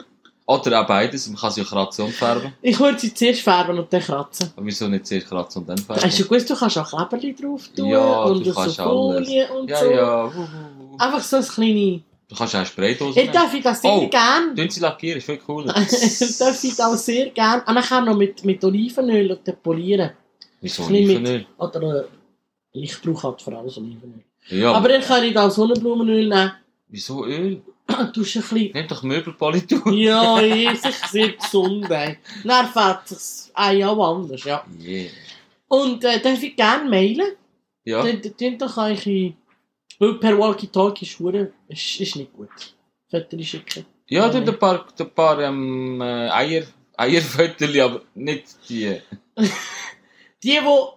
C: Oder auch beides, man kann sie ja kratzen und färben.
B: Ich würde sie zuerst färben und dann kratzen.
C: Aber wieso nicht zuerst kratzen und dann
B: Hast du
C: färben?
B: gewusst, du kannst auch Kleberli drauf tun
C: Ja,
B: und
C: du
B: so
C: kannst
B: Folien und
C: Ja,
B: so.
C: ja. wuh, wuh, wuh.
B: Einfach so ein kleine...
C: Du kannst auch Spraydosen
B: Ich
C: nehmen.
B: darf ich das sehr
C: Oh.
B: gerne.
C: Dünn sie lackieren, ist viel cooler.
B: ich [LAUGHS] darf ich das sehr gerne. Und nachher noch mit, mit Olivenöl und dann polieren.
C: Wieso
B: Ein bisschen
C: nicht?
B: mit-
C: nicht?
B: Oder... Äh, ich brauche halt vor allem Olivenöl.
C: Ja,
B: Aber dann kann ich da Sonnenblumenöl nehmen.
C: wieso Öl?
B: Und tust ein
C: [LAUGHS]
B: bisschen...
C: Nimm doch Möbelpolitur.
B: Ja, ich sicher sehr gesund. Ey. Dann fährt sich ein Jahr anders, ja.
C: [LAUGHS] Yeah.
B: Und äh, darf ich gerne mailen?
C: Ja,
B: Dann dann doch eigentlich... Weil per Walkie-Talkie ist, hure- ist, ist nicht gut. Fotos schicken.
C: ja du ein paar, ein paar ähm, äh, Eier, Eierfötterli, aber nicht die. eh,
B: Die, wo...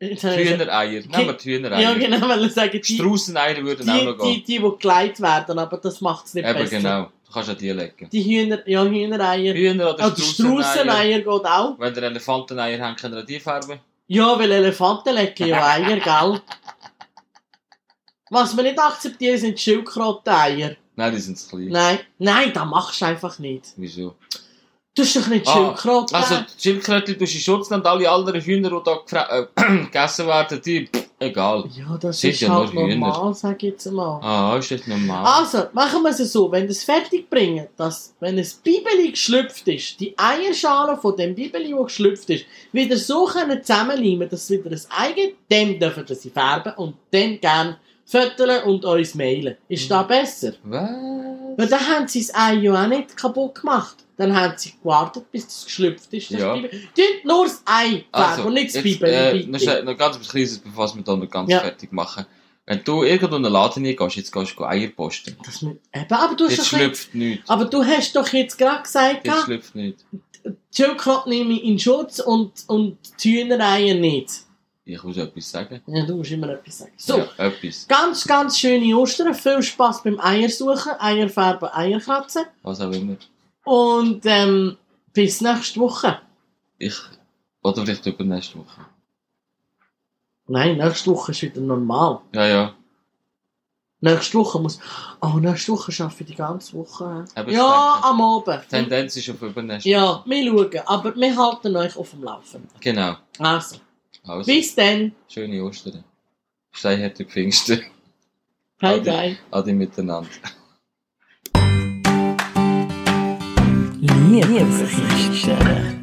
B: Jetzt habe ich gesagt-
C: Hühnereier. Nehmen wir die Hühnereier.
B: Ja, genau, weil ich sage, die,
C: Straußeneier würden auch
B: die,
C: noch
B: die,
C: gehen.
B: die, die geleitet werden, aber das macht es nicht
C: Eben
B: besser.
C: genau. Du kannst auch die legen.
B: Die Hühner, ja, Hühnereier.
C: Hühner oder
B: Auch oh, die Straußeneier geht auch.
C: Wenn ihr Elefanteneier habt, könnt ihr auch die färben.
B: Ja, weil Elefanten lecken ja
C: [LAUGHS]
B: Eier, gell? Was wir nicht akzeptieren, sind Schildkröteneier.
C: Nein, Nou, die sind zu klein.
B: Nein, nein, das machst du einfach nicht.
C: Wieso?
B: Du hast doch nicht
C: Ah,
B: Schildkröten.
C: Also, die Schildkröte tust du in Schutz nehmen, und alle anderen Hühner, die da gefre- [CLEARS THROAT] äh, gegessen werden, die, pff, egal.
B: ja, das
C: sind
B: ist
C: ja
B: halt
C: nur Hühner.
B: normal, sag ich jetzt mal.
C: Ah, ist das normal?
B: Also, machen wir es so, wenn ihr es fertig bringt, dass, wenn es Bibeli geschlüpft ist, die Eierschale von dem Bibeli, die geschlüpft ist, wieder so können zusammennehmen, dass es wieder ein Ei gibt, dann dürfen wir sie färben und dann gerne föteln und uns mailen.
C: Mhm.
B: Ist das besser? Weil
C: Was?
B: dann haben sie das Ei ja auch nicht kaputt gemacht. Dann haben sie gewartet, bis es geschlüpft ist. Das
C: Ja. Also,
B: Bibeli. Dort nur das Ei
C: Ah,
B: färben und nicht das
C: jetzt,
B: Bibeli.
C: äh,
B: bitte.
C: noch, schnell- noch ganz etwas Kleines, bevor wir da noch ganz
B: Ja.
C: fertig machen. Wenn du irgendwo in einen Laden hingehst, jetzt gehst du Eier posten.
B: Das mit, eben, aber, du hast
C: Jetzt
B: doch jetzt,
C: schlüpft nichts.
B: aber du hast doch jetzt gerade gesagt,
C: Jetzt schlüpft nichts.
B: Die Schildkröte nehme ich in Schutz und, und die Hühnereien nicht.
C: Ich muss etwas sagen.
B: Ja, du musst immer etwas sagen. So,
C: Ja, eh, etwas.
B: ganz, ganz schöne Ostern. Viel Spass beim Eiersuchen, Eierfärben, Eierkratzen.
C: Was auch immer.
B: Und ähm, bis nächste Woche.
C: Ich, oder vielleicht übernächste Woche.
B: Nein, nächste Woche ist wieder normal.
C: Ja, ja.
B: Nächste Woche muss... Oh, nächste Woche arbeite ich die ganze Woche.
C: Eben, ich
B: Ja,
C: denke.
B: am Abend.
C: Tendenz ist auf übernächste
B: Ja, wir schauen. Aber wir halten euch auf dem Laufen.
C: Genau.
B: Also,
C: Also,
B: bis dann.
C: schöne Ostern. Stein hat die [LAUGHS] Pfingsten.
B: Bye,
C: Ade.
B: bye.
C: Adi miteinander.
A: Liebesgeschichten.